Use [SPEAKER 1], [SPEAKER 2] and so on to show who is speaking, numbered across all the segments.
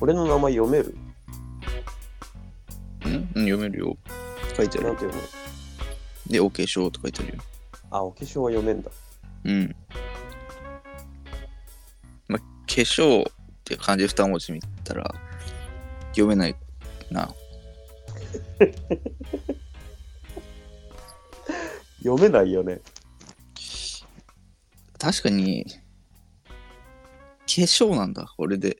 [SPEAKER 1] 俺の名前読める
[SPEAKER 2] んうん、読めるよ。書いてあ
[SPEAKER 1] なん
[SPEAKER 2] る。
[SPEAKER 1] て読む
[SPEAKER 2] で、お化粧と書いてあるよ。
[SPEAKER 1] あ、お化粧は読めんだ。
[SPEAKER 2] うん。まあ、化粧って漢字二文字見たら、読めないな。
[SPEAKER 1] 読めないよね。
[SPEAKER 2] 確かに、化粧なんだ、これで。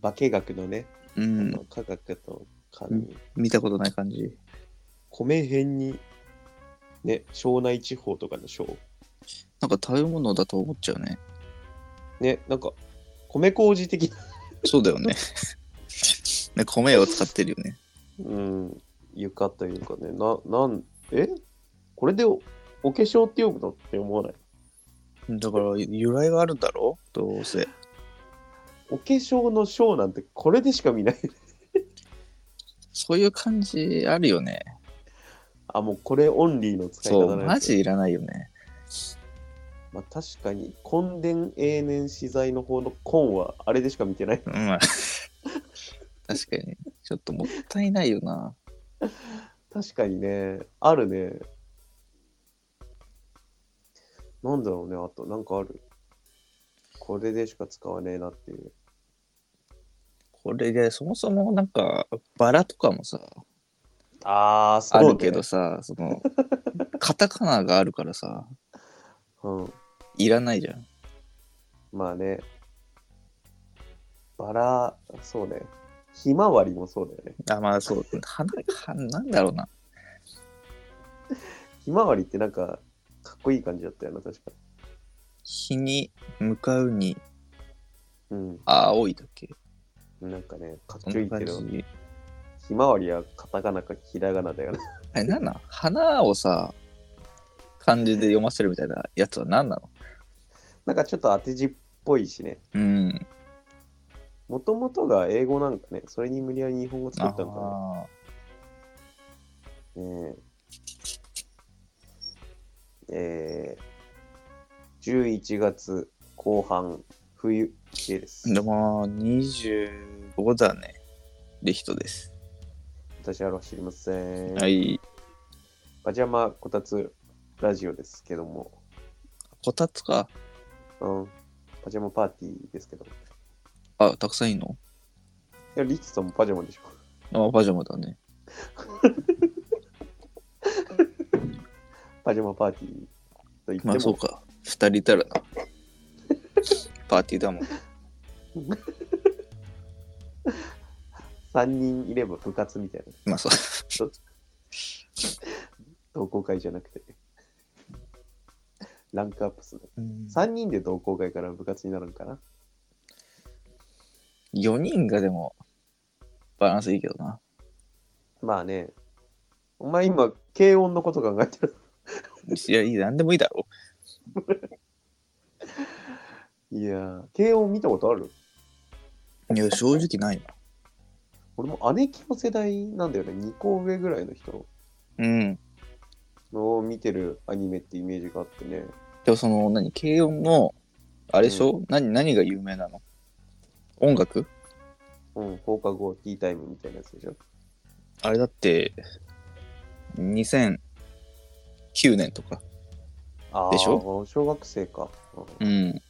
[SPEAKER 1] 化学のね、
[SPEAKER 2] う
[SPEAKER 1] あ
[SPEAKER 2] ん
[SPEAKER 1] の、科学と紙、
[SPEAKER 2] 見たことない感じ。
[SPEAKER 1] 米辺に、ね、庄内地方とかの庄。
[SPEAKER 2] なんか食べ物だと思っちゃうね。
[SPEAKER 1] ね、なんか、米麹的な、
[SPEAKER 2] そうだよ ね。ね米を使ってるよね。
[SPEAKER 1] うん、床というかね、な、なん、えこれでおお化粧って呼ぶのって思わない
[SPEAKER 2] だから、由来があるんだろうどうせ。
[SPEAKER 1] お化粧の章なんてこれでしか見ない。
[SPEAKER 2] そういう感じあるよね。
[SPEAKER 1] あ、もうこれオンリーの使い
[SPEAKER 2] そ
[SPEAKER 1] 方
[SPEAKER 2] う、
[SPEAKER 1] なん
[SPEAKER 2] マ
[SPEAKER 1] です
[SPEAKER 2] ジ
[SPEAKER 1] よ
[SPEAKER 2] いらないよね。
[SPEAKER 1] まあ確かに、根伝永年資材の方の根はあれでしか見てない。
[SPEAKER 2] うん。確かに。ちょっともったいないよな。
[SPEAKER 1] 確かにね、あるね。なんだろうね、あとなんかある。これでしか使わねえなっていう。
[SPEAKER 2] これで、そもそもなんか、バラとかもさ、
[SPEAKER 1] ああ、そ
[SPEAKER 2] あ
[SPEAKER 1] う、ね、
[SPEAKER 2] るけどさ、その、 カタカナがあるからさ、
[SPEAKER 1] うん。
[SPEAKER 2] いらないじゃん。
[SPEAKER 1] まあね。バラ、そうね。ひまわりもそうだよね。
[SPEAKER 2] あ、まあそう、花、花なんだろうな。
[SPEAKER 1] ひまわりってなんか、かっこいい感じだったよな、確か。
[SPEAKER 2] 日に向かうに
[SPEAKER 1] うん。
[SPEAKER 2] 青いだっけ
[SPEAKER 1] なんかね、かっ
[SPEAKER 2] そ
[SPEAKER 1] ちょい
[SPEAKER 2] ん
[SPEAKER 1] い
[SPEAKER 2] な
[SPEAKER 1] け
[SPEAKER 2] 感
[SPEAKER 1] ど、
[SPEAKER 2] じ。
[SPEAKER 1] ひまわりはカタカナかひらがな だよね。
[SPEAKER 2] あれ、なんなん花をさ、漢字で読ませるみたいなやつは何なの
[SPEAKER 1] なんかちょっと当て字っぽいしね。
[SPEAKER 2] うん。
[SPEAKER 1] もともとが英語なんかね、それに無理やり日本語作
[SPEAKER 2] あ
[SPEAKER 1] ったのか
[SPEAKER 2] あ
[SPEAKER 1] な。ねええー、11月後半、冬系です
[SPEAKER 2] ー。。でも、25だね。リヒトです。
[SPEAKER 1] 私は知りません。
[SPEAKER 2] はい。
[SPEAKER 1] パジャマこたつラジオですけども、
[SPEAKER 2] こたつか。
[SPEAKER 1] うん、パジャマパーティーですけど、い
[SPEAKER 2] あ、たくさんいいの
[SPEAKER 1] やリッツさんもパジャマでしょ。
[SPEAKER 2] あ、パジャマだね。
[SPEAKER 1] パジャマパーティーと言っても、
[SPEAKER 2] まあそうか。2人いたらな。 パーティーだもん。
[SPEAKER 1] 3人いれば部活みたいな、
[SPEAKER 2] まあそう。
[SPEAKER 1] 同好会じゃなくて、ランクアップする。
[SPEAKER 2] うん
[SPEAKER 1] 3人で同好会から部活になるんかな。
[SPEAKER 2] 4人がでも、バランスいいけどな。
[SPEAKER 1] まあね、お前今、軽音のこと考えてる。
[SPEAKER 2] いや、いい、なんでもいいだろ。
[SPEAKER 1] いやー、軽音見たことある
[SPEAKER 2] いや、正直ないな。
[SPEAKER 1] 俺も姉貴の世代なんだよね、2個上ぐらいの人
[SPEAKER 2] うん。
[SPEAKER 1] の見てるアニメってイメージがあってね。
[SPEAKER 2] でもその、何、軽音の、あれでしょ、何、何が有名なの音楽
[SPEAKER 1] うん、放課後ティータイムみたいなやつでしょ。
[SPEAKER 2] あれだって、2009年とか。
[SPEAKER 1] あー
[SPEAKER 2] でしょ
[SPEAKER 1] 小学生か。うん
[SPEAKER 2] うん。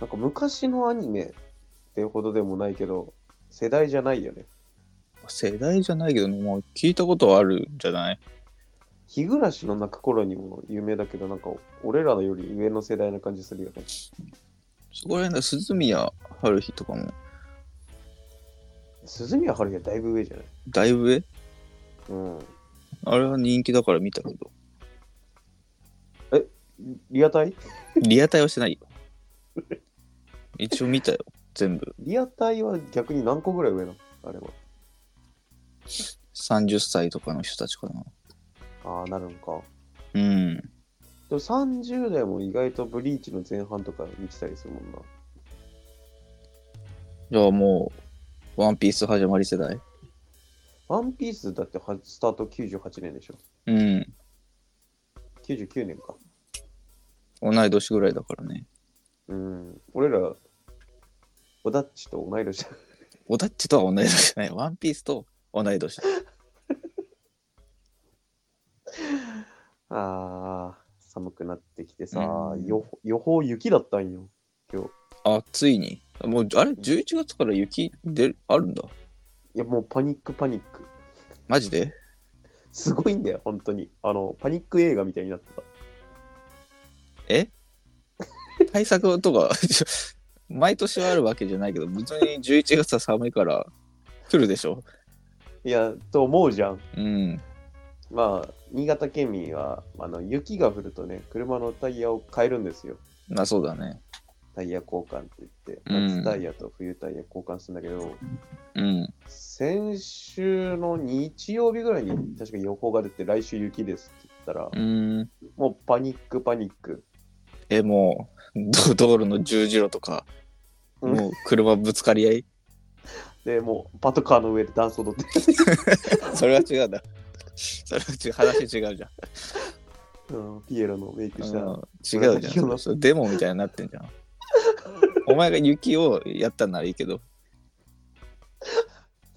[SPEAKER 1] なんか昔のアニメってほどでもないけど、世代じゃないよね。
[SPEAKER 2] 世代じゃないけど、もう聞いたことはあるんじゃない
[SPEAKER 1] 日暮らしの泣く頃にも有名だけど、なんか俺らより上の世代な感じするよね。
[SPEAKER 2] そこら辺で鈴宮春日とかも、
[SPEAKER 1] 鈴宮春日はだいぶ上じゃない
[SPEAKER 2] だいぶ上
[SPEAKER 1] うん。
[SPEAKER 2] あれは人気だから見たけど。
[SPEAKER 1] リアタイ
[SPEAKER 2] リアタイはしてないよ。一応見たよ、全部。
[SPEAKER 1] リアタイは逆に何個ぐらい上なのあれは。
[SPEAKER 2] 30歳とかの人たちかな。
[SPEAKER 1] ああ、なるのか。
[SPEAKER 2] うん。
[SPEAKER 1] でも30代も意外とブリーチの前半とか見てたりするもんな。
[SPEAKER 2] じゃあもう、ワンピース始まり世代
[SPEAKER 1] ワンピースだってはスタート98年でしょ。
[SPEAKER 2] うん。
[SPEAKER 1] 99年か。
[SPEAKER 2] 同い年ぐらいだからね。
[SPEAKER 1] うん。俺ら、おだっちと同い年だ。
[SPEAKER 2] オダッチとは同い年じゃない。ワンピースと同い年。
[SPEAKER 1] ああ、寒くなってきてさ、
[SPEAKER 2] うん
[SPEAKER 1] 予報予報雪だったんよ。今日。
[SPEAKER 2] あ、ついに。もう、あれ ?11 月から雪出る、あるんだ。
[SPEAKER 1] いや、もうパニックパニック。
[SPEAKER 2] マジです
[SPEAKER 1] ごいんだよ、本当に。あの、パニック映画みたいになってた。
[SPEAKER 2] え対策とか、 毎年はあるわけじゃないけど、別に11月は寒いから来るでしょ。
[SPEAKER 1] いや、と思うじゃん。
[SPEAKER 2] うん。
[SPEAKER 1] まあ、新潟県民は、あの、雪が降るとね、車のタイヤを変えるんですよ。
[SPEAKER 2] まあそうだね。
[SPEAKER 1] タイヤ交換って言って、
[SPEAKER 2] うん
[SPEAKER 1] 夏タイヤと冬タイヤ交換するんだけど、
[SPEAKER 2] うん。
[SPEAKER 1] 先週の日曜日ぐらいに確か予報が出て、来週雪ですって言ったら、
[SPEAKER 2] うん。
[SPEAKER 1] もうパニックパニック。
[SPEAKER 2] え、もう、ど道路の十字路とか、
[SPEAKER 1] うん
[SPEAKER 2] もう車ぶつかり合い。
[SPEAKER 1] で、もうパトカーの上でダンス踊って、
[SPEAKER 2] それは違うんだ。それは違う、話違うじゃん。
[SPEAKER 1] うん、ピエロのメイクした。
[SPEAKER 2] うん 違うじゃんそれ。それデモみたいになってんじゃん。お前が雪をやったんならいいけ ど、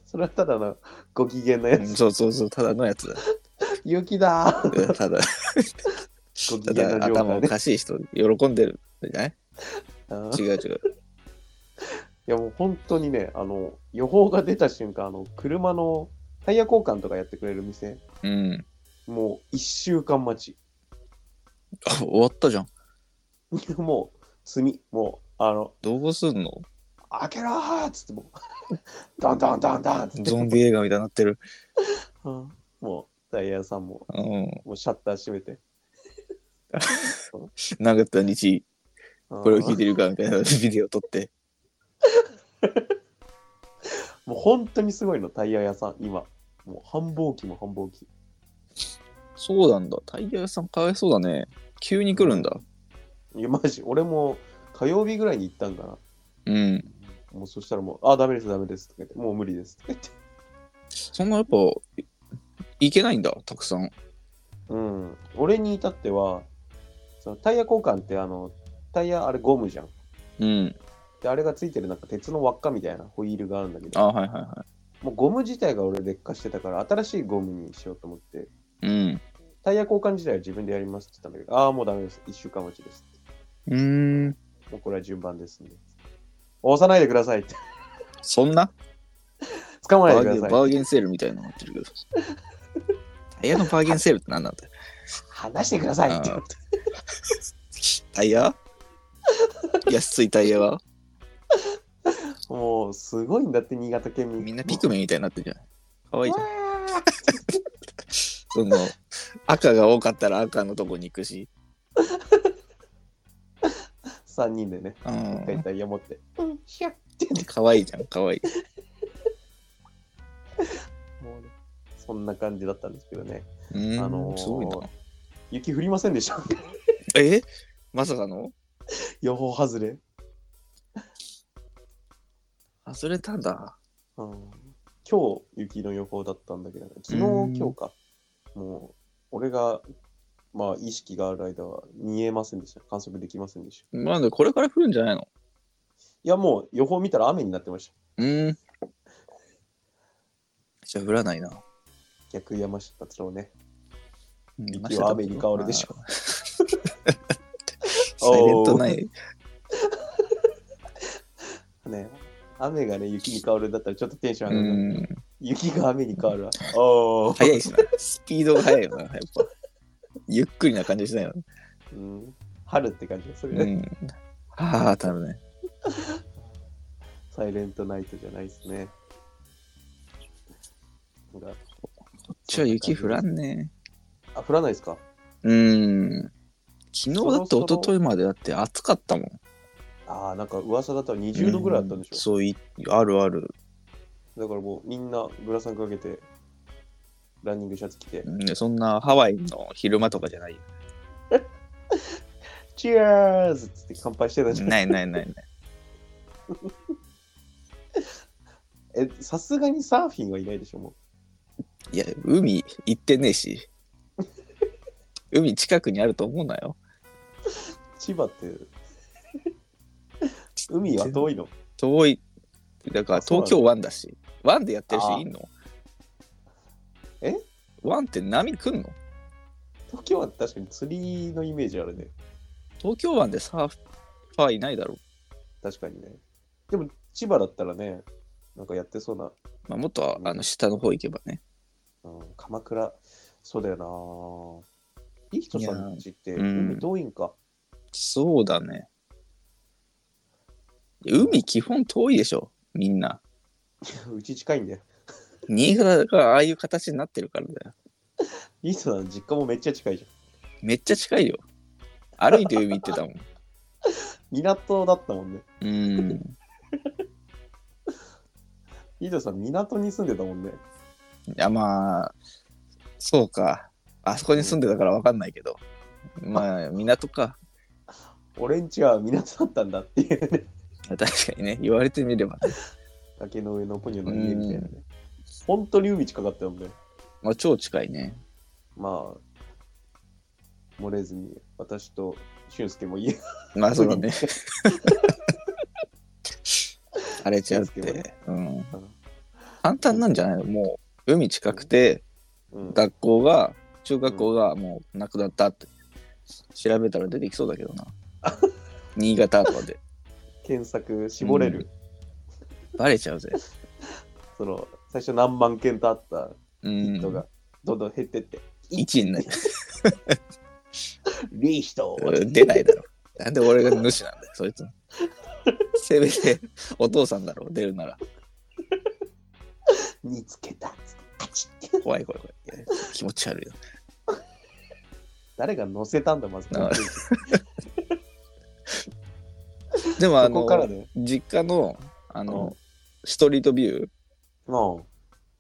[SPEAKER 1] それはただのご機嫌な
[SPEAKER 2] う
[SPEAKER 1] や
[SPEAKER 2] ん
[SPEAKER 1] つ。
[SPEAKER 2] そうそうそう、ただのやつだ。
[SPEAKER 1] 雪だー
[SPEAKER 2] うんただ、
[SPEAKER 1] ご機
[SPEAKER 2] た
[SPEAKER 1] 嫌
[SPEAKER 2] だ
[SPEAKER 1] な状態
[SPEAKER 2] 頭お
[SPEAKER 1] ね。
[SPEAKER 2] かしい人、喜んでるんじゃない
[SPEAKER 1] うん
[SPEAKER 2] 違う違う。
[SPEAKER 1] いやもう本当にね、あの、予報が出た瞬間、あの、車のタイヤ交換とかやってくれる店、
[SPEAKER 2] うん。
[SPEAKER 1] もう1週間待
[SPEAKER 2] あ終わったじゃん。
[SPEAKER 1] ち。 もう、炭、もう、あの、
[SPEAKER 2] どうすんの
[SPEAKER 1] 開けろーっつって、もう、 ダンダンダンダンっつって、
[SPEAKER 2] ゾンビ映画みたいになってる。
[SPEAKER 1] うんもう、タイヤ屋さんも、
[SPEAKER 2] うん。
[SPEAKER 1] もうシャッター閉めて。
[SPEAKER 2] 殴った日、これを聞い
[SPEAKER 1] て。
[SPEAKER 2] てるかみたいなビデオ撮って。
[SPEAKER 1] もう本当にすごいの、タイヤ屋さん、今。もう繁忙期も繁忙期。
[SPEAKER 2] そうなんだ。タイヤ屋さんかわいそうだね。急に来るんだ。
[SPEAKER 1] いや、マジ、俺も火曜日ぐらいに行ったんかな。
[SPEAKER 2] うん。
[SPEAKER 1] もうそしたらもう、あ、ダメです、ダメですとか言って、もう無理ですとか言って。
[SPEAKER 2] そんなやっぱ、いいけないんだ、たくさん。
[SPEAKER 1] うん、俺に至ってはそのタイヤ交換ってあのタイヤあれゴムじゃん
[SPEAKER 2] うん。
[SPEAKER 1] であれがついてるなんか鉄の輪っかみたいなホイールがあるんだけど
[SPEAKER 2] あ、はいはいは
[SPEAKER 1] もうゴム自体が俺劣化してたから新しいゴムにしようと思って
[SPEAKER 2] い。うん。
[SPEAKER 1] タイヤ交換自体は自分でやりますって言ったんだけどああもうダメです1週間待ちですって
[SPEAKER 2] うーん。
[SPEAKER 1] もうこれは順番ですね押さないでくださいって
[SPEAKER 2] そんな
[SPEAKER 1] 捕まな
[SPEAKER 2] バ
[SPEAKER 1] い
[SPEAKER 2] ー
[SPEAKER 1] で
[SPEAKER 2] ゲ
[SPEAKER 1] く
[SPEAKER 2] ン
[SPEAKER 1] だ
[SPEAKER 2] バ
[SPEAKER 1] さい
[SPEAKER 2] ーゲンセールみたいなのなってるけど。タイヤのバーゲンセールって何なんだよ
[SPEAKER 1] 話してくださいって
[SPEAKER 2] あータイ ヤ安いタイヤは
[SPEAKER 1] もうすごいんだって新潟県民
[SPEAKER 2] みんなピクメンみたいになってるじゃないかわいい
[SPEAKER 1] わ
[SPEAKER 2] じゃん。
[SPEAKER 1] ー
[SPEAKER 2] その赤が多かったら赤のとこに行くし。
[SPEAKER 1] 3人でね
[SPEAKER 2] う
[SPEAKER 1] 一回
[SPEAKER 2] ん。
[SPEAKER 1] タイヤ持ってうんひゃっって
[SPEAKER 2] かわいいじゃん、かわいい。
[SPEAKER 1] もうねそんな感じだったんですけどね。
[SPEAKER 2] うーん、
[SPEAKER 1] あ
[SPEAKER 2] あ
[SPEAKER 1] の
[SPEAKER 2] の
[SPEAKER 1] ー
[SPEAKER 2] すごいな。
[SPEAKER 1] 雪降りませんでした。
[SPEAKER 2] えまさかの
[SPEAKER 1] 予報外れ。
[SPEAKER 2] 忘れたんだ。
[SPEAKER 1] うん、今日雪の予報だったんだけど、ね、昨日、
[SPEAKER 2] うん
[SPEAKER 1] 今日か。もう、俺が、まあ、意識がある間は見えませんでした。観測できませんでした。
[SPEAKER 2] なんでこれから降るんじゃないの
[SPEAKER 1] いや、もう予報見たら雨になってました。
[SPEAKER 2] うーん。じゃあ降らないな。
[SPEAKER 1] 逆山下達郎ね。
[SPEAKER 2] 雪
[SPEAKER 1] 雪は雨に変わるでしょ。
[SPEAKER 2] サイレントナイ
[SPEAKER 1] ね雨がね、雪に変わるんだったらちょっとテンション
[SPEAKER 2] ト。
[SPEAKER 1] 上
[SPEAKER 2] う
[SPEAKER 1] がるな。
[SPEAKER 2] ん。
[SPEAKER 1] 雪が雨に変わ るわ。おー
[SPEAKER 2] 速いしな。スピードが速いよな、やっぱ。ゆっくりな感じしないよ。
[SPEAKER 1] うん、春って感じがするね。
[SPEAKER 2] うん。はあ、たるね。
[SPEAKER 1] サイレントナイトじゃないですね。なんか
[SPEAKER 2] こっちは雪降らんね。
[SPEAKER 1] あ、降らないですか
[SPEAKER 2] うん。昨日
[SPEAKER 1] そ
[SPEAKER 2] だって
[SPEAKER 1] ろそろ
[SPEAKER 2] 一昨日までだって暑かったもん。
[SPEAKER 1] ああ、なんか噂だったら20度ぐらいあったんでし
[SPEAKER 2] う
[SPEAKER 1] ょ、
[SPEAKER 2] そうい、あるある。
[SPEAKER 1] だからもうみんなグラサンかけて、ランニングシャツ着て、
[SPEAKER 2] うんそんなハワイの昼間とかじゃ ないよ。
[SPEAKER 1] チェアーズっつって乾杯してたじゃん。
[SPEAKER 2] ないないないない。
[SPEAKER 1] え、さすがにサーフィンはいないでしょ、も
[SPEAKER 2] いや、海 行ってねえし。海近くにあると思うなよ。
[SPEAKER 1] う。千葉 って、海は遠いの
[SPEAKER 2] 遠いだから
[SPEAKER 1] あそうな
[SPEAKER 2] 東
[SPEAKER 1] の
[SPEAKER 2] 京湾だし湾でやってる
[SPEAKER 1] あ
[SPEAKER 2] 人
[SPEAKER 1] ー
[SPEAKER 2] いんの
[SPEAKER 1] え
[SPEAKER 2] 湾って波来んの
[SPEAKER 1] 東京は確かに釣りのイメージあるね。
[SPEAKER 2] 東京湾でサーファーいないだろ
[SPEAKER 1] 確かにね。でも、千葉だったらね、なんかやってそうな。
[SPEAKER 2] まあ、もっとあの下の方行けばね
[SPEAKER 1] うん、鎌倉、そうだよな。いい人さんちって、
[SPEAKER 2] いやーうん
[SPEAKER 1] 海遠いんか。
[SPEAKER 2] そうだね海基本遠いでしょみんな
[SPEAKER 1] うち近いんだよ。
[SPEAKER 2] 新潟がああいう形になってるからだよ
[SPEAKER 1] いい人さんの実家もめっちゃ近いじゃん。
[SPEAKER 2] めっちゃ近いよ歩いて海行ってた もん
[SPEAKER 1] 港だったもんね。
[SPEAKER 2] うん
[SPEAKER 1] いい人さん、港に住んでたもんね。
[SPEAKER 2] いやまあそうかあそこに住んでたから分かんないけどまあ港か
[SPEAKER 1] 俺んちは港だったんだっていう ね。
[SPEAKER 2] 確かにね言われてみれば、ね、
[SPEAKER 1] 崖の上のポニョの家みたいなね。本当に海近かったもんね。
[SPEAKER 2] まあ超近いね
[SPEAKER 1] まあ、漏れずに、私と俊介も家
[SPEAKER 2] まあそうだね荒れちゃうっ
[SPEAKER 1] そうです
[SPEAKER 2] て、うん
[SPEAKER 1] うん、
[SPEAKER 2] 簡単なんじゃないのもう海近くて
[SPEAKER 1] うん、
[SPEAKER 2] 学校が中学校がもうなくなったって調べたら出てきそうだけどな 新潟とかで
[SPEAKER 1] 検索絞れる、
[SPEAKER 2] バレちゃうぜ
[SPEAKER 1] その最初何万件とあった
[SPEAKER 2] う
[SPEAKER 1] 人
[SPEAKER 2] ん
[SPEAKER 1] がどんどん減ってって、
[SPEAKER 2] 1になる
[SPEAKER 1] リーヒト
[SPEAKER 2] 出ないだろなんで俺が主なんだよそいつのせめてお父さんだろ出るなら
[SPEAKER 1] 見つけたっつってカチッ
[SPEAKER 2] 怖い怖い怖い気持ち悪いよ
[SPEAKER 1] 誰が載せたんだまず
[SPEAKER 2] あ
[SPEAKER 1] そ
[SPEAKER 2] でもあ
[SPEAKER 1] こから
[SPEAKER 2] の
[SPEAKER 1] ね
[SPEAKER 2] 実家のあ
[SPEAKER 1] う
[SPEAKER 2] のストリートビュ
[SPEAKER 1] うん
[SPEAKER 2] ー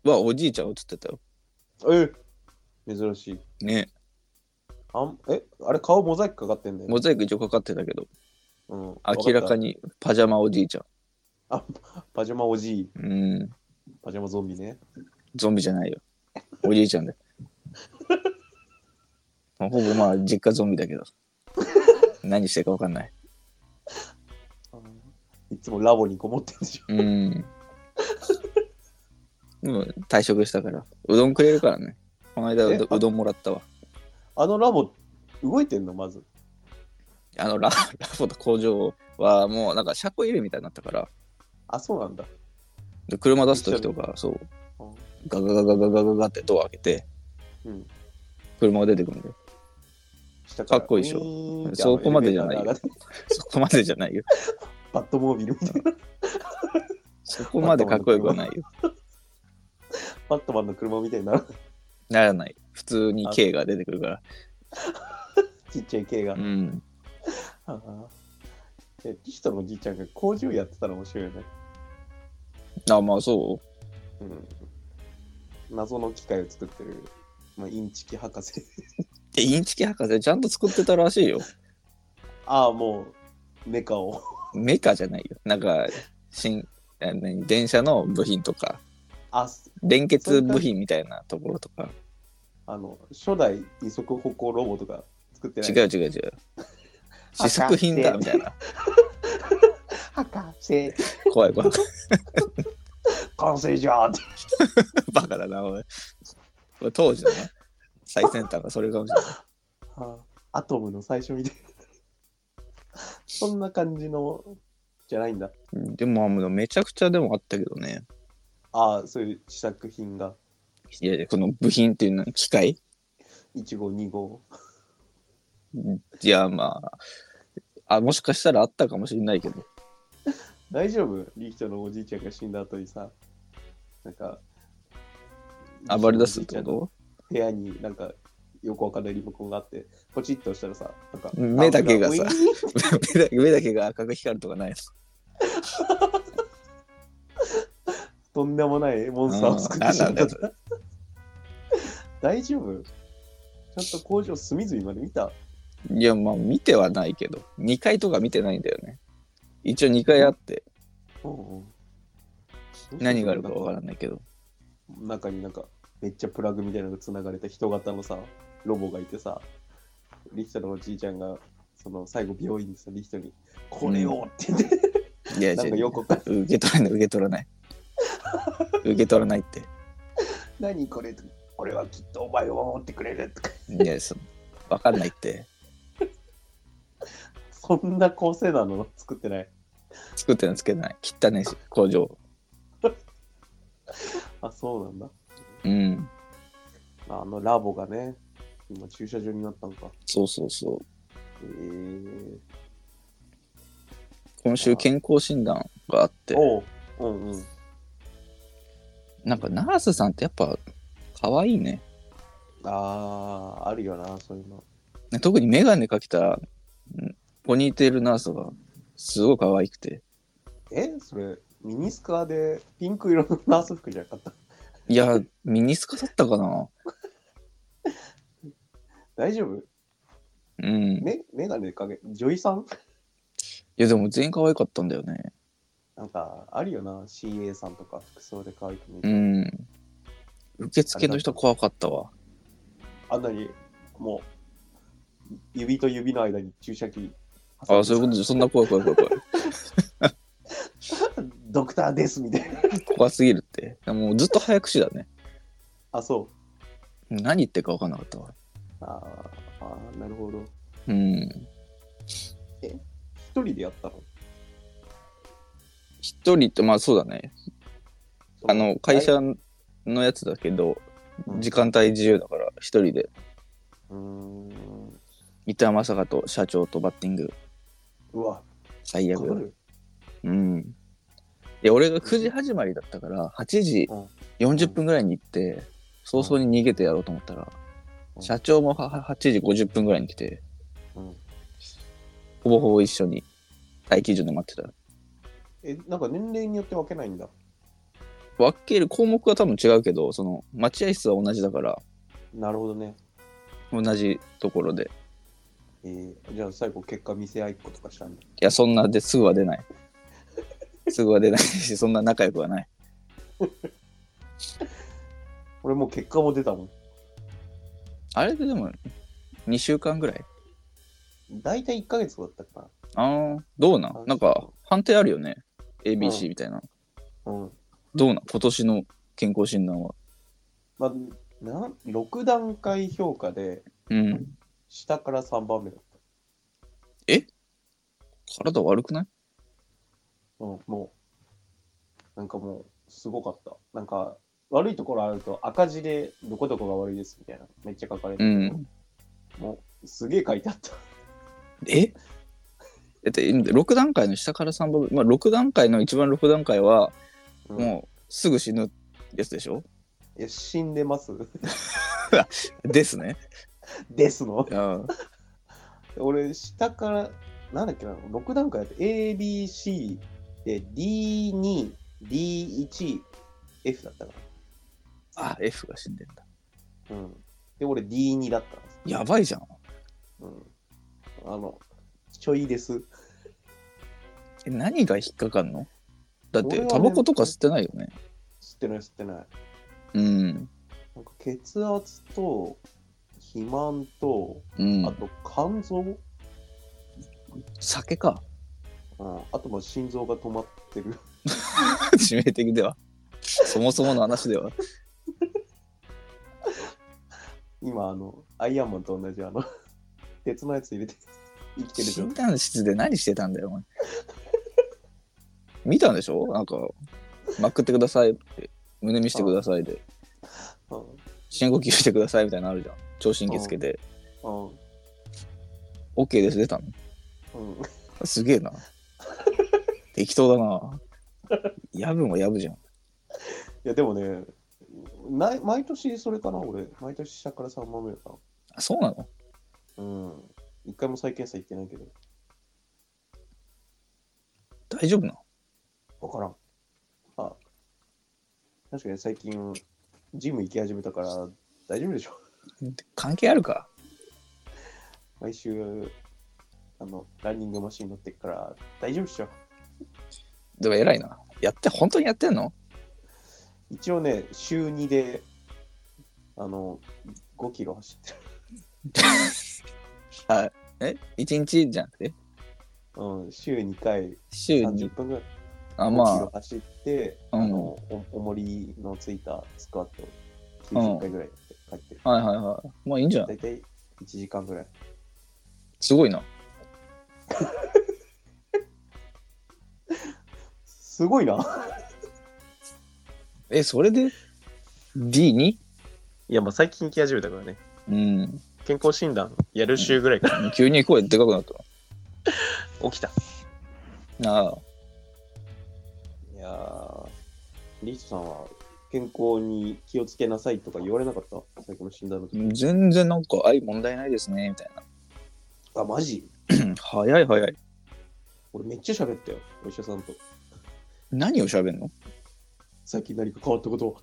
[SPEAKER 2] はおじいちゃん映ってたよ
[SPEAKER 1] え珍しい
[SPEAKER 2] ね
[SPEAKER 1] あんえあれ顔モザイクかかってんだよ、
[SPEAKER 2] モザイク一応かかってたけど
[SPEAKER 1] うん、
[SPEAKER 2] 明らか
[SPEAKER 1] に
[SPEAKER 2] にパジャマおじいちゃ
[SPEAKER 1] パジャマおじい
[SPEAKER 2] んうん
[SPEAKER 1] パジャマゾンビね
[SPEAKER 2] ゾンビじゃないよおじいちゃんだよほぼまあ実家ゾンビだけど何してるか分かんない
[SPEAKER 1] いつもラボにこもってるでしょ
[SPEAKER 2] うん。もう退職したから。うどんくれるからね。この間う
[SPEAKER 1] えあ
[SPEAKER 2] どうどんもらったわ。
[SPEAKER 1] あのラボ動いてんのまず
[SPEAKER 2] あのララボと工場はもうなんか車庫入れみたいになったから、
[SPEAKER 1] あそうなんだ、
[SPEAKER 2] で車出す時とか、そう、
[SPEAKER 1] うん
[SPEAKER 2] ガガガガガガガガってドア開けて、
[SPEAKER 1] うん、
[SPEAKER 2] 車が出てくるんで、
[SPEAKER 1] 下ら
[SPEAKER 2] かっこいいでしょ
[SPEAKER 1] ウィーンって
[SPEAKER 2] そこまでじゃないよ
[SPEAKER 1] あのエレベーターが上がって
[SPEAKER 2] そこまでじゃないよ。
[SPEAKER 1] バットモービルみたいな
[SPEAKER 2] そこまでかっこよくはないよ。
[SPEAKER 1] バットマンの車みたいになる
[SPEAKER 2] ならない。普通に K が出てくるから。
[SPEAKER 1] ちっちゃい系が。
[SPEAKER 2] う
[SPEAKER 1] あ
[SPEAKER 2] ん。
[SPEAKER 1] あえ、ピストのじいちゃんが工場やってたら面白いよね。
[SPEAKER 2] あ、まあそ
[SPEAKER 1] うん。謎の機械を作ってる、まあ、インチキ博士。
[SPEAKER 2] う。で、インチキ博士ちゃんと作ってたらしいよ。
[SPEAKER 1] ああ、もう、メカを。
[SPEAKER 2] メカじゃないよ。なんか、新、あ何電車の部品とか、
[SPEAKER 1] あ、す
[SPEAKER 2] 連結部品みたいなところとか。
[SPEAKER 1] あの、初代二足歩行ロボとか作ってない。
[SPEAKER 2] 違う違う違う。試作品だみたいな。
[SPEAKER 1] 博士、
[SPEAKER 2] 怖い怖い。
[SPEAKER 1] 完成じゃんって
[SPEAKER 2] バカだな、おい。これ当時のね、最先端がそれかもしれない。
[SPEAKER 1] ああアトムの最初みたいな。そんな感じの、じゃないんだ。
[SPEAKER 2] でも、あのめちゃくちゃでもあったけどね。
[SPEAKER 1] ああ、そういう試作品が、
[SPEAKER 2] いやいや、この部品っていうのは機械
[SPEAKER 1] 1号、2号。
[SPEAKER 2] いや、まあ、あ、もしかしたらあったかもしれないけど。
[SPEAKER 1] 大丈夫リヒトのおじいちゃんが死んだ後にさ、なんか、
[SPEAKER 2] 暴れ出すってこ
[SPEAKER 1] 部屋になんか、よくわかんないリモコンがあって、ポチッと押したらさ、なんか、
[SPEAKER 2] 目だけがさ
[SPEAKER 1] あウィーン
[SPEAKER 2] と 目だ目だけが赤く光るとかないの
[SPEAKER 1] とんでもないモンスターを作ってしまっ
[SPEAKER 2] うんなんなんだ
[SPEAKER 1] た。 大丈夫ちゃんと工場隅々まで見た
[SPEAKER 2] いや、まあ見てはないけど、2階とか見てないんだよね。一応2階あって、
[SPEAKER 1] うんうん
[SPEAKER 2] 何があるかわからないけど。
[SPEAKER 1] 中になんかめっちゃプラグみたいなのがつながれた人型のさロボがいてさリヒトのおじいちゃんがその最後病院にその人に「これを!」って言って、
[SPEAKER 2] いや、
[SPEAKER 1] なんか
[SPEAKER 2] 違う
[SPEAKER 1] よくわかんない
[SPEAKER 2] 受け取らない、受け取らない。受け取らないって。
[SPEAKER 1] 何これこれはきっとお前を守ってくれるとか
[SPEAKER 2] いや、そわかんないって。
[SPEAKER 1] そんな構成なの作ってない
[SPEAKER 2] 作ってるのつけてない。汚いし、工場。
[SPEAKER 1] あそうなんだ
[SPEAKER 2] うん。
[SPEAKER 1] あのラボがね今駐車場になったのか
[SPEAKER 2] そうそうそう。
[SPEAKER 1] えー、
[SPEAKER 2] 今週健康診断があって、
[SPEAKER 1] おううんうん
[SPEAKER 2] なんかナースさんってやっぱ可愛いね。
[SPEAKER 1] あああるよなそういうの
[SPEAKER 2] ね特にメガネかけたんポニーテールナースがすごい可愛くて。
[SPEAKER 1] えそれミニスカーでピンク色のナース服じゃなかった
[SPEAKER 2] いや、ミニスカだったかな。
[SPEAKER 1] 大丈夫
[SPEAKER 2] うん。い
[SPEAKER 1] メメガネかけ女医さん
[SPEAKER 2] や、でも全員可愛かったんだよね。
[SPEAKER 1] なんかあるよな CA さんとか服装で可愛く見え
[SPEAKER 2] う
[SPEAKER 1] る
[SPEAKER 2] ん。受付の人怖かったわ。
[SPEAKER 1] あんなにもう指と指の間に注射器
[SPEAKER 2] ああ、そういうことで、そんな怖い怖い怖い怖い。
[SPEAKER 1] ドクターですみたいな。
[SPEAKER 2] 怖すぎるって。もうずっと早口だね。
[SPEAKER 1] あ、そ
[SPEAKER 2] 何言ってるか分かんなかったわ。
[SPEAKER 1] う。あーあー、なるほど。
[SPEAKER 2] うん。
[SPEAKER 1] 一人でやったの
[SPEAKER 2] 一人って、まあそうだね。あの、会社のやつだけど、
[SPEAKER 1] うん
[SPEAKER 2] 時間帯自由だから、一人で、
[SPEAKER 1] うーん。
[SPEAKER 2] 板山坂と社長とバッティング、
[SPEAKER 1] うわ、
[SPEAKER 2] 最
[SPEAKER 1] かか
[SPEAKER 2] 悪。
[SPEAKER 1] る。
[SPEAKER 2] うん。いや、俺が9時始まりだったから、8時
[SPEAKER 1] うん
[SPEAKER 2] 40分ぐらいに行って、早々に逃げてやろうと思ったら、
[SPEAKER 1] うん
[SPEAKER 2] 社長もは8時50分ぐらいに来て、
[SPEAKER 1] うん
[SPEAKER 2] ほぼほぼ一緒に待機所で待ってた。
[SPEAKER 1] え、なんか年齢によって分けないんだ。
[SPEAKER 2] 分ける項目は多分違うけど、その、待合室は同じだから、
[SPEAKER 1] なるほどね。
[SPEAKER 2] 同じところで。
[SPEAKER 1] えーじゃあ最後結果見せ合いっことかしたんだ。
[SPEAKER 2] いや、そんなですぐは出ない。すぐは出ないし、そんな仲良くはない。
[SPEAKER 1] 俺もう結果も出たもん。
[SPEAKER 2] あれででも、2週間ぐらい
[SPEAKER 1] 大体1ヶ月だったか
[SPEAKER 2] ああ、どうな
[SPEAKER 1] あ
[SPEAKER 2] んなんか、判定あるよね。ABC みたいな。
[SPEAKER 1] な。うん。
[SPEAKER 2] どうなん今年の健康診断は。
[SPEAKER 1] まあ、な6段階評価で
[SPEAKER 2] うん。
[SPEAKER 1] 下から3番目だっ
[SPEAKER 2] 体悪くない
[SPEAKER 1] た。うん、もう、なんかもう、すごかった。なんか、悪いところあると赤字でどこどこが悪いですみたいな。めっちゃ書かれて
[SPEAKER 2] う
[SPEAKER 1] るけど。
[SPEAKER 2] ん。
[SPEAKER 1] もう、すげえ書いてあった。
[SPEAKER 2] えだって、6段階の下から3番目。まあ、6段階の一番6段階は、
[SPEAKER 1] うん
[SPEAKER 2] もう、すぐ死ぬやつでしょ
[SPEAKER 1] え死んでます
[SPEAKER 2] ですね。
[SPEAKER 1] ですの
[SPEAKER 2] うん。
[SPEAKER 1] 俺、下から、なんだっけな、6段階やって、A、B、C で D、2、D、1、F だったか
[SPEAKER 2] あ、F が死んでんだ。
[SPEAKER 1] ら。うん。で、俺 D2 だったんです。
[SPEAKER 2] やばいじゃん。
[SPEAKER 1] うん。あの、ちょいです。
[SPEAKER 2] え、何が引っかかんのだっ
[SPEAKER 1] 俺
[SPEAKER 2] て、
[SPEAKER 1] はね
[SPEAKER 2] タバコとか吸ってないよね。
[SPEAKER 1] 知ってない、知ってない。
[SPEAKER 2] うん。
[SPEAKER 1] なんか血圧と、肥満と、
[SPEAKER 2] うん
[SPEAKER 1] あ。と肝臓、うん、
[SPEAKER 2] 酒か。
[SPEAKER 1] あともう心臓が止まってる。
[SPEAKER 2] 致命的では。そもそもの話では。
[SPEAKER 1] 今あのアイアンマンと同じあの 鉄のやつ入れて生きてるじゃ
[SPEAKER 2] 診
[SPEAKER 1] ん
[SPEAKER 2] 断室で何してたんだよ、お前。見たんでしょなんか、まくってくださいって、胸見してくださいで、
[SPEAKER 1] う
[SPEAKER 2] 深呼吸してくださいみたいなのあるじゃん。聴診器つけて、
[SPEAKER 1] んうん
[SPEAKER 2] OK です、出たの。
[SPEAKER 1] うん
[SPEAKER 2] すげえな。適当だな。やぶもやぶじゃん。
[SPEAKER 1] いやでもねない毎年それかな俺毎年下から3番目か
[SPEAKER 2] あそうなの
[SPEAKER 1] なうん一回も再検査行ってないけど
[SPEAKER 2] 大丈夫なの
[SPEAKER 1] 分からんあ確かに最近ジム行き始めたから大丈夫でしょ
[SPEAKER 2] 関係あるか
[SPEAKER 1] 毎週あのランニングマシン乗ってっから大丈夫でしょ
[SPEAKER 2] でも偉いな。やって、本当にやってんの
[SPEAKER 1] 一応ね週2であの5キロ走ってる
[SPEAKER 2] はい。え一日じゃなくて
[SPEAKER 1] うん、週2回
[SPEAKER 2] 週に
[SPEAKER 1] 30分ぐらい
[SPEAKER 2] あ
[SPEAKER 1] 5キ
[SPEAKER 2] ま
[SPEAKER 1] ロ走って、
[SPEAKER 2] うん
[SPEAKER 1] あのお重りのついたスクワット90回ぐらいやって帰ってる。
[SPEAKER 2] あはいはいはいまあいいんじゃない
[SPEAKER 1] 大体1時間ぐらい。
[SPEAKER 2] すごいな
[SPEAKER 1] すごいな。
[SPEAKER 2] えそれで D2?
[SPEAKER 3] いや、まあ最近行き始めたからね。
[SPEAKER 2] うん
[SPEAKER 3] 健康診断やる週ぐらいから
[SPEAKER 2] 急に声でかくなった
[SPEAKER 3] 起きた。
[SPEAKER 2] なああ
[SPEAKER 1] いやー、リーチさんは健康に気をつけなさいとか言われなかった最近の診断の時。
[SPEAKER 2] 全然なんか愛問題ないですねみたいな
[SPEAKER 1] あ、マジ
[SPEAKER 2] 早い早い
[SPEAKER 1] 俺めっちゃ喋ったよ、お医者さんと。
[SPEAKER 2] 何を喋んの
[SPEAKER 1] 最近何か変わったことを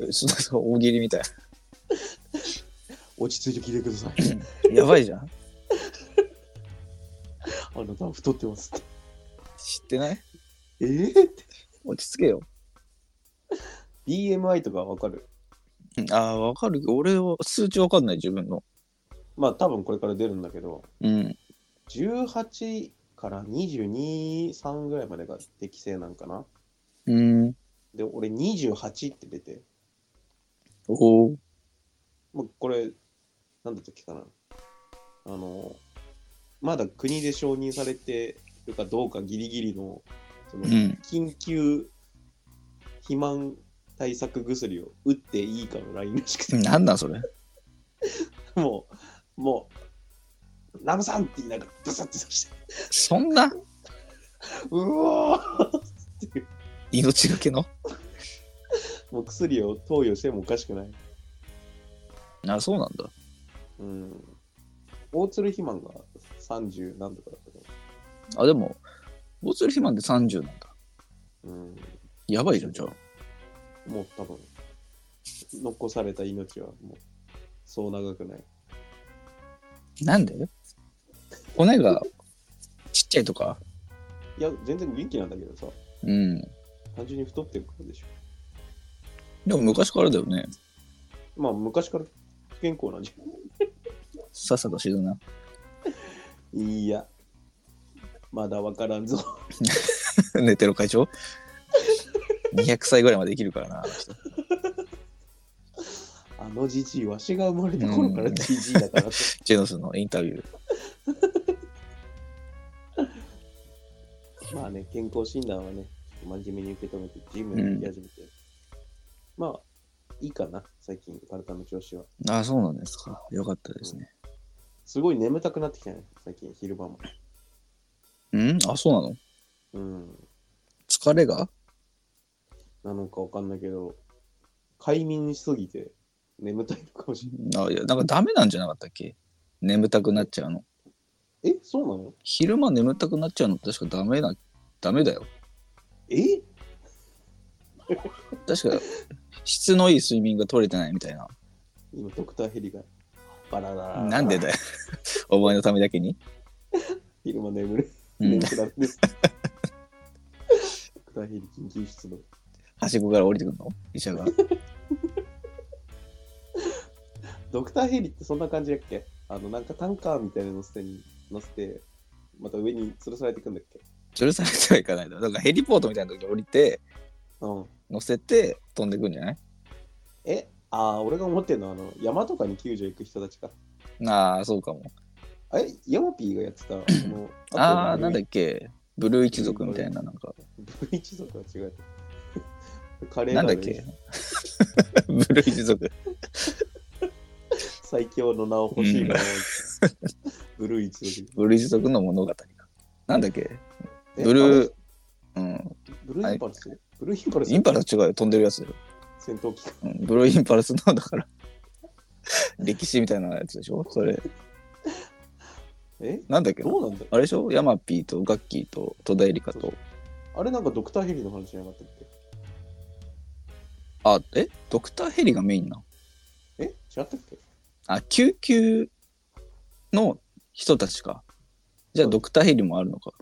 [SPEAKER 2] えそそう大喜利みたい
[SPEAKER 1] 落ち着いて聞いてください。
[SPEAKER 2] なやばいじゃん
[SPEAKER 1] あなたは太ってますって。
[SPEAKER 2] 知ってない
[SPEAKER 1] え
[SPEAKER 2] 落ち着けよ
[SPEAKER 1] ー、?BMI とかわかる
[SPEAKER 2] ああわかる俺は数値わかんない自分の
[SPEAKER 1] まあ多分これから出るんだけど、
[SPEAKER 2] うん
[SPEAKER 1] 18から22、3ぐらいまでが適正なんかな。
[SPEAKER 2] うん
[SPEAKER 1] で、俺28って出て、
[SPEAKER 2] おお
[SPEAKER 1] もうこれ、なんだったっけかな。あの、まだ国で承認されてるかどうかギリギリの、その
[SPEAKER 2] うん
[SPEAKER 1] 緊急肥満対策薬を打っていいかのラインらしくて、
[SPEAKER 2] なんなんそれ
[SPEAKER 1] もう、もう、ラムさんって言いながら、ブサッて刺して、
[SPEAKER 2] そんな
[SPEAKER 1] うおー
[SPEAKER 2] 命がけの
[SPEAKER 1] もう薬を投与してもおかしくない。
[SPEAKER 2] あそうなんだ
[SPEAKER 1] うん。大鶴肥満が30何とかだったけ
[SPEAKER 2] あでも大鶴肥満で30なんだ
[SPEAKER 1] ど、うん。
[SPEAKER 2] やばいじゃんじゃあ
[SPEAKER 1] もう多分、残された命はもう、そう長くない。
[SPEAKER 2] なんで骨がちっちゃいとか
[SPEAKER 1] いや、全然元気なんだけどさ、
[SPEAKER 2] うん
[SPEAKER 1] 単純に太ってるからでしょ。
[SPEAKER 2] でも昔からだよね
[SPEAKER 1] まあ、昔から不健康なんじ
[SPEAKER 2] さっさと死ぬな
[SPEAKER 1] ゃん。いや、まだわからんぞ。
[SPEAKER 2] 寝てる会長200歳ぐらいまで生きるからなあの人
[SPEAKER 1] あのじじい、わしが生まれた頃からじじいだからって。
[SPEAKER 2] ジェノスのインタビュー
[SPEAKER 1] まあね、健康診断はね、真面目に受け止めて、ジムに行き始めて。まあ、いいかな、最近、体の調子は。
[SPEAKER 2] ああそうなんですかよかったですね
[SPEAKER 1] すごい眠たくなってきたね、最近、昼間も。
[SPEAKER 2] うんあそうなの
[SPEAKER 1] うん。
[SPEAKER 2] 疲れが
[SPEAKER 1] なのかわかんないけど、快眠しすぎて眠たいのかもしれ
[SPEAKER 2] あいやなんかダメなんじゃなかったっけ眠たくなっちゃうの
[SPEAKER 1] ない。え、そうなの
[SPEAKER 2] 昼間眠たくなっちゃうのって確かダメなダメだよ
[SPEAKER 1] え
[SPEAKER 2] 確か質のいい睡眠が取れてないみたいな
[SPEAKER 1] 今、ドクターヘリが。バララ
[SPEAKER 2] なんでだ よお前のためだけに、
[SPEAKER 1] 昼間眠る。
[SPEAKER 2] うん
[SPEAKER 1] 眠、くなるんです。ドクターヘリ緊急出動。
[SPEAKER 2] はしごから降りてくるの医者が
[SPEAKER 1] ドクターヘリってそんな感じだっけあの、なんかタンカーみたいなのせてに乗せて、また上に吊るされていくんだっけ
[SPEAKER 2] 吊るされてはいかないだろなんかヘリポートみたいな時に降りて
[SPEAKER 1] うん。
[SPEAKER 2] 乗せて飛んでくんじゃない
[SPEAKER 1] えああ、俺が思ってるのは、あの、山とかに救助行く人たちか。
[SPEAKER 2] ああそうかも
[SPEAKER 1] あれヤマピーがやって た、あの、
[SPEAKER 2] ああなんだ
[SPEAKER 1] っ
[SPEAKER 2] っけブルー一族みたいななんか
[SPEAKER 1] ブリ一族は違う。 カレー
[SPEAKER 2] なんだっけ ブルー一族
[SPEAKER 1] 最強の名を欲しいな。 ブルー一族。
[SPEAKER 2] ブルー一族の物語がなんだっけ
[SPEAKER 1] え
[SPEAKER 2] ブル
[SPEAKER 1] あ
[SPEAKER 2] ー
[SPEAKER 1] れ
[SPEAKER 2] うん
[SPEAKER 1] ブルーインパルスブルーインパルス
[SPEAKER 2] インパルス違うよ飛んでるやつだよ、
[SPEAKER 1] 戦闘機か。
[SPEAKER 2] うん、ブルーインパルスのだから歴史みたいなやつでしょそれ
[SPEAKER 1] え
[SPEAKER 2] なんだっけ
[SPEAKER 1] どうなんだ
[SPEAKER 2] あれでしょヤマピーとガッキーと戸田恵梨香と
[SPEAKER 1] あれなんかドクターヘリの話じゃなかったっけ
[SPEAKER 2] あえドクターヘリがメインなの
[SPEAKER 1] え違ったっけ
[SPEAKER 2] あ救急の人たちかじゃあドクターヘリもあるのか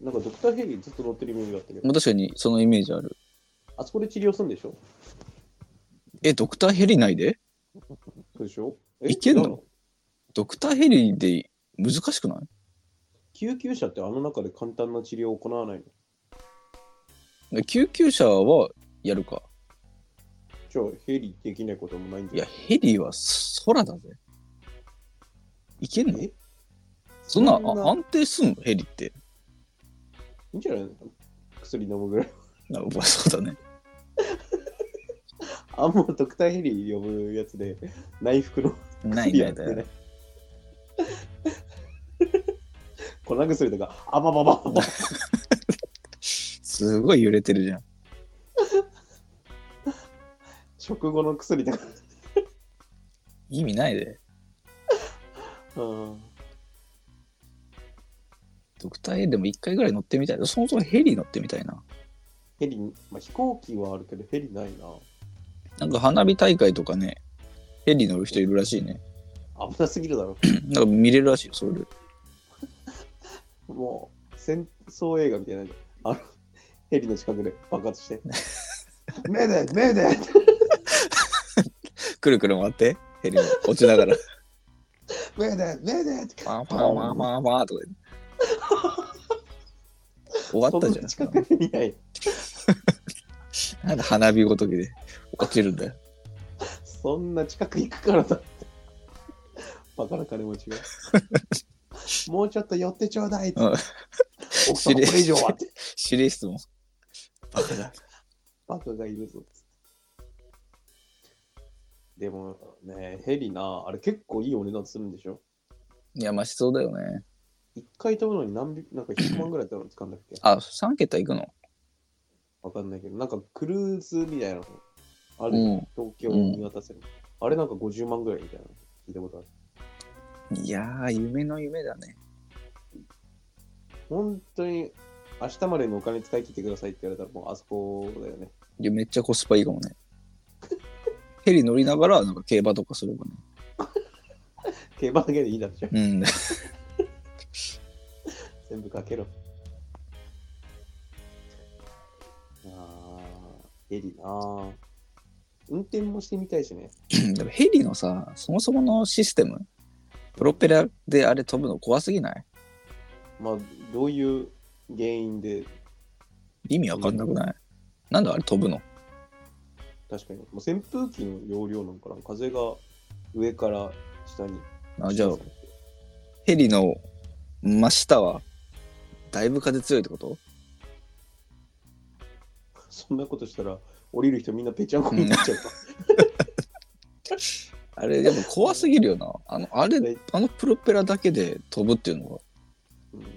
[SPEAKER 1] なんかドクターヘリずっと乗ってるイメージだったけど
[SPEAKER 2] も、う確かにそのイメージある
[SPEAKER 1] あそこで治療するんでしょ
[SPEAKER 2] えドクターヘリ内で
[SPEAKER 1] そうでしょえ
[SPEAKER 2] いけんの
[SPEAKER 1] 違う
[SPEAKER 2] ドクターヘリで難しくない
[SPEAKER 1] 救急車ってあの中で簡単な治療を行わないの
[SPEAKER 2] 救急車はやるか。
[SPEAKER 1] じゃあヘリできないこともないん
[SPEAKER 2] い
[SPEAKER 1] じゃ
[SPEAKER 2] や、
[SPEAKER 1] ない
[SPEAKER 2] ヘリは空だぜ。いけんの
[SPEAKER 1] え
[SPEAKER 2] そんな
[SPEAKER 1] そんな
[SPEAKER 2] あ安定すんのヘリって。
[SPEAKER 1] いいんじゃないの薬飲むぐらい。
[SPEAKER 2] なまあそうだね。
[SPEAKER 1] あ、もうドクターヘリ呼ぶやつで、内服の
[SPEAKER 2] ない
[SPEAKER 1] 薬
[SPEAKER 2] な
[SPEAKER 1] やっ
[SPEAKER 2] い
[SPEAKER 1] て
[SPEAKER 2] な。
[SPEAKER 1] ないい。 粉薬とか、あばばばばば。
[SPEAKER 2] すごい揺れてるじゃん。
[SPEAKER 1] 食後の薬とか。
[SPEAKER 2] 意味ないで。
[SPEAKER 1] うん。
[SPEAKER 2] ドクターヘリでも一回ぐらい乗ってみたい。そもそもヘリ乗ってみたいな。
[SPEAKER 1] ヘリ、まあ、飛行機はあるけど、ヘリないな。
[SPEAKER 2] なんか花火大会とかね、ヘリ乗る人いるらしいね。
[SPEAKER 1] 危なすぎるだろ。
[SPEAKER 2] なんか見れるらしいよ、それで。
[SPEAKER 1] もう、戦争映画みたいなのあの、ヘリの近くで爆発 して。目で、目で。
[SPEAKER 2] くるくる回って、ヘリに落ちながら。
[SPEAKER 1] メーデー、メーデーって
[SPEAKER 2] パンパンパンパンパンとか言って。終わったじゃん。
[SPEAKER 1] そんな近くにいない。
[SPEAKER 2] なんで花火ごときで落ちるんだよ。
[SPEAKER 1] そんな近く行くからだって。バカな金持ち が。もうちょっと寄ってちょうだいって。
[SPEAKER 2] うん
[SPEAKER 1] 奥様、これ以上はって。
[SPEAKER 2] 指令室も。バカだ。
[SPEAKER 1] バカがいるぞっつって。でもね、ヘリな、あれ結構いいお値段するんでしょ
[SPEAKER 2] いや、ましそうだよね。
[SPEAKER 1] 一回飛ぶのに何百、なんか100万ぐらいだったの使うんだっけ
[SPEAKER 2] あ、3桁いくの
[SPEAKER 1] わかんないけど、なんかクルーズみたいなのある、
[SPEAKER 2] う
[SPEAKER 1] 東京を見渡せる。あれなんか50万ぐらいみたいなの聞いたことある。
[SPEAKER 2] ん。いやー、夢の夢だね。
[SPEAKER 1] 本当に明日までのお金使い切ってくださいって言われたらもうあそこだよね。
[SPEAKER 2] いや、めっちゃコスパいいかもね。ヘリ乗りながら、なんか競馬とかすればね。
[SPEAKER 1] 競馬だけでいいだろじゃん。
[SPEAKER 2] うん。
[SPEAKER 1] 全部かけろ。あー、エリなあ運転もしてみたいしね。
[SPEAKER 2] でもヘリのさ、そもそものシステム、プロペラであれ飛ぶの怖すぎない
[SPEAKER 1] まあ、どういう原因で、
[SPEAKER 2] 意味わかんなくない、なんであれ飛ぶの
[SPEAKER 1] 確かに、もう扇風機の容量なんかな、風が上から下に。
[SPEAKER 2] あじゃあ、ヘリの真下は、だいぶ風強いってこと
[SPEAKER 1] そんなことしたら、降りる人みんなぺちゃんこになっちゃうか。
[SPEAKER 2] あれ、でも怖すぎるよな。あの、あれ、あのプロペラだけで飛ぶっていうのが。
[SPEAKER 1] うん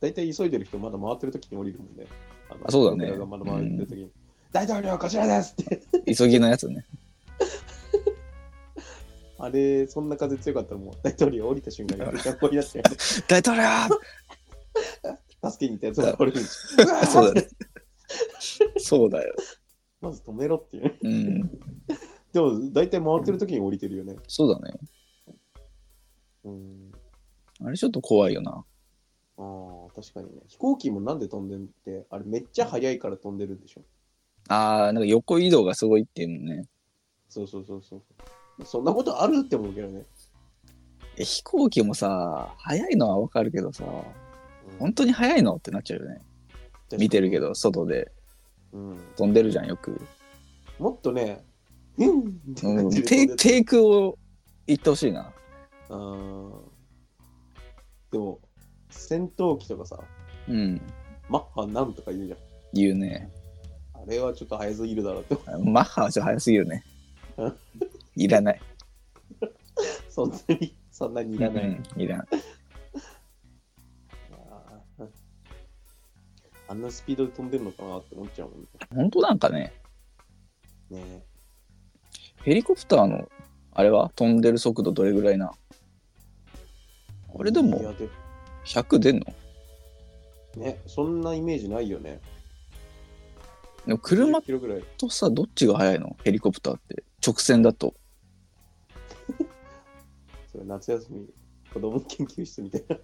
[SPEAKER 1] 大体急いでる人まだ回ってる時に降りるもんね。あの
[SPEAKER 2] あそうだね
[SPEAKER 1] 僕らがまだ回ってる時に、大統領こちらですって。
[SPEAKER 2] 急ぎのやつね。
[SPEAKER 1] あれ、そんな風強かったらもう大統領降りた瞬間にめちゃんこになっちゃ
[SPEAKER 2] 大統領
[SPEAKER 1] う。助けに行ったやつが降りるし。
[SPEAKER 2] そうだね。そうだよ。
[SPEAKER 1] まず止めろっていうね。
[SPEAKER 2] うん。
[SPEAKER 1] でも大体回ってる時に降りてるよね。
[SPEAKER 2] そうだね。
[SPEAKER 1] うん。
[SPEAKER 2] あれちょっと怖いよな。
[SPEAKER 1] ああ、確かにね。飛行機もなんで飛んでるって、あれめっちゃ速いから飛んでるんでしょ。
[SPEAKER 2] あー、なんか横移動がすごいっていうのね。
[SPEAKER 1] そうそうそうそう。そんなことあるって思うけどね。
[SPEAKER 2] え飛行機もさ、速いのはわかるけどさ、
[SPEAKER 1] うん
[SPEAKER 2] 本当に速いのってなっちゃうよね。見てるけ。ど、外で
[SPEAKER 1] うん。
[SPEAKER 2] 飛んでるじゃん、よく。
[SPEAKER 1] もっとね、うんって
[SPEAKER 2] う
[SPEAKER 1] 感
[SPEAKER 2] ん、
[SPEAKER 1] じで飛
[SPEAKER 2] 低
[SPEAKER 1] んでった
[SPEAKER 2] 低空を行ってほしいな。
[SPEAKER 1] あーでも、戦闘機とかさ、
[SPEAKER 2] うん。
[SPEAKER 1] マッハなんとか言うじゃん。
[SPEAKER 2] 言うね。
[SPEAKER 1] あれはちょっと早すぎるだろうって、
[SPEAKER 2] マッハはちょっと速すぎるね
[SPEAKER 1] うん。
[SPEAKER 2] いらない。
[SPEAKER 1] そんなに、そんなにいらない。
[SPEAKER 2] うんいらん。
[SPEAKER 1] あーあんなスピードで飛んでるのかなって思っちゃうもん
[SPEAKER 2] 本当なんかね、
[SPEAKER 1] ね。ね
[SPEAKER 2] ヘリコプターの、あれは飛んでる速度どれぐらいな
[SPEAKER 1] え
[SPEAKER 2] これで
[SPEAKER 1] いや
[SPEAKER 2] も
[SPEAKER 1] で
[SPEAKER 2] 100出んの
[SPEAKER 1] ね、そんなイメージないよね。
[SPEAKER 2] でも車
[SPEAKER 1] 10キロぐらい。
[SPEAKER 2] とさ、どっちが速いのヘリコプターって。直線だと。
[SPEAKER 1] それ夏休み、子供研究室みたい な。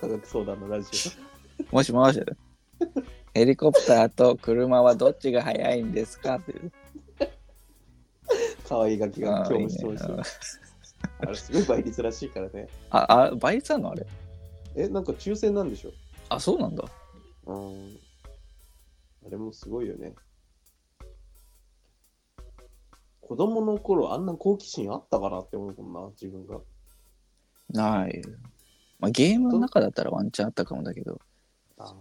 [SPEAKER 1] 科学相談のラジ
[SPEAKER 2] もしもし。ヘリコプターと車はどっちが速いんですかっていう。
[SPEAKER 1] オ。可愛いガキが今日も質問してる
[SPEAKER 2] あーいいね
[SPEAKER 1] あれすごい倍率らしいからね。
[SPEAKER 2] あ、あ、倍率あんのあれ。
[SPEAKER 1] え、なんか抽選なんでしょ
[SPEAKER 2] あ、そうなんだ。
[SPEAKER 1] うん。あれもすごいよね。子供の頃あんな好奇心あったかなって思うもんな、自分が。
[SPEAKER 2] ない。まあ、ゲームの中だったらワンチャンあったかもだけど。
[SPEAKER 1] あ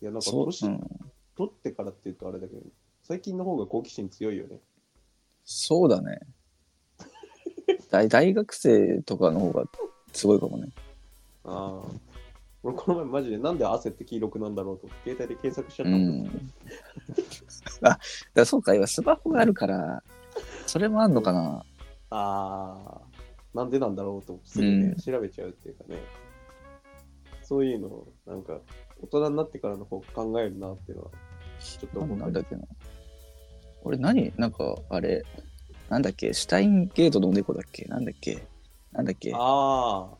[SPEAKER 1] いや、なんか
[SPEAKER 2] そう、
[SPEAKER 1] 年
[SPEAKER 2] うん、
[SPEAKER 1] 取ってからっていうとあれだけど、最近の方が好奇心強いよね。
[SPEAKER 2] そうだね。大大学生とかの方がすごいかもね。
[SPEAKER 1] ああ。 俺この前マジでなんで汗って黄色くなんだろうと携帯で検索しちゃっ
[SPEAKER 2] う
[SPEAKER 1] たもん、
[SPEAKER 2] ん。あ、だからそうか、今スマホがあるから、それもあんのかな。
[SPEAKER 1] ああ、なんでなんだろうとすぐね、
[SPEAKER 2] うん
[SPEAKER 1] 調べちゃうっていうかね。そういうのを、なんか、大人になってからの方考えるなっていうのは、ちょっと
[SPEAKER 2] なん
[SPEAKER 1] 思
[SPEAKER 2] な
[SPEAKER 1] っ
[SPEAKER 2] ん
[SPEAKER 1] た
[SPEAKER 2] だっけな。俺何なんかあれ、なんだっけ、シュタインゲートの猫だっけなんだっけなんだっけ
[SPEAKER 1] あ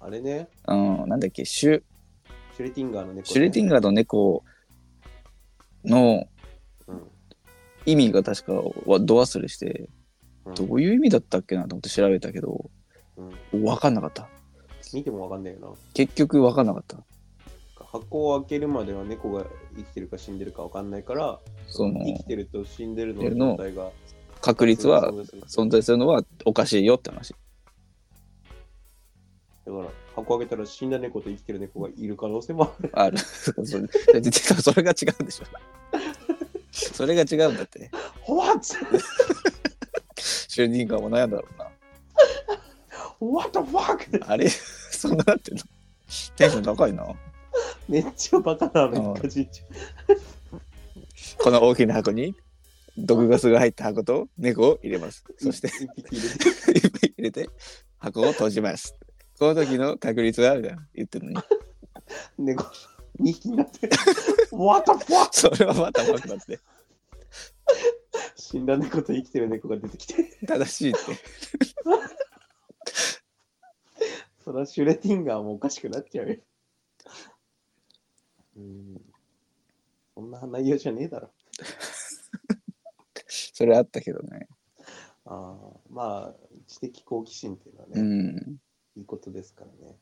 [SPEAKER 1] あ、あれね、
[SPEAKER 2] うん、なんだっけシュ、
[SPEAKER 1] シュレティンガーの猫、ね。
[SPEAKER 2] シュレティンガーの猫の
[SPEAKER 1] うん
[SPEAKER 2] 意味が確かはど忘れして、
[SPEAKER 1] うん
[SPEAKER 2] どういう意味だったっけなと思って調べたけど、
[SPEAKER 1] うん
[SPEAKER 2] 分かんなかった。
[SPEAKER 1] 見てもわかんないよ
[SPEAKER 2] 結局分かんなかった。
[SPEAKER 1] な。箱を開けるまでは猫が生きてるか死んでるかわかんないから、
[SPEAKER 2] その
[SPEAKER 1] 生きてると死んでるの
[SPEAKER 2] 死んでるの
[SPEAKER 1] の状態が
[SPEAKER 2] 確率は
[SPEAKER 1] 存在する
[SPEAKER 2] 存在するのはおかしいよって話。
[SPEAKER 1] だから、箱開けたら死んだ猫と生きてる猫がいる可能性もある。
[SPEAKER 2] ある。そうそれそれが違うんでしょ。それが違うんだって。
[SPEAKER 1] What?
[SPEAKER 2] シュレティンガーも悩んだろうな。
[SPEAKER 1] What the fuck?
[SPEAKER 2] あれそんななってんのテンション高いな。
[SPEAKER 1] めっちゃバカなアメリ
[SPEAKER 2] う
[SPEAKER 1] カ人じゃん
[SPEAKER 2] この大きな箱に毒ガスが入った箱と猫を入れます。そして
[SPEAKER 1] 一匹入れて
[SPEAKER 2] いっぱい入れて箱を閉じます。この時の確率はみたいな言ってるのに。
[SPEAKER 1] 猫2匹になってる What the fuck?
[SPEAKER 2] それはまたバカだって。
[SPEAKER 1] 死んだ猫と生きてる猫が出てきて
[SPEAKER 2] 正しいって。
[SPEAKER 1] それはシュレティンガーもおかしくなっちゃうようんそんな内容じゃねえだろ
[SPEAKER 2] それあったけどね。
[SPEAKER 1] あーまあ知的好奇心っていうのは
[SPEAKER 2] う
[SPEAKER 1] ね、
[SPEAKER 2] ん。
[SPEAKER 1] いいことですからね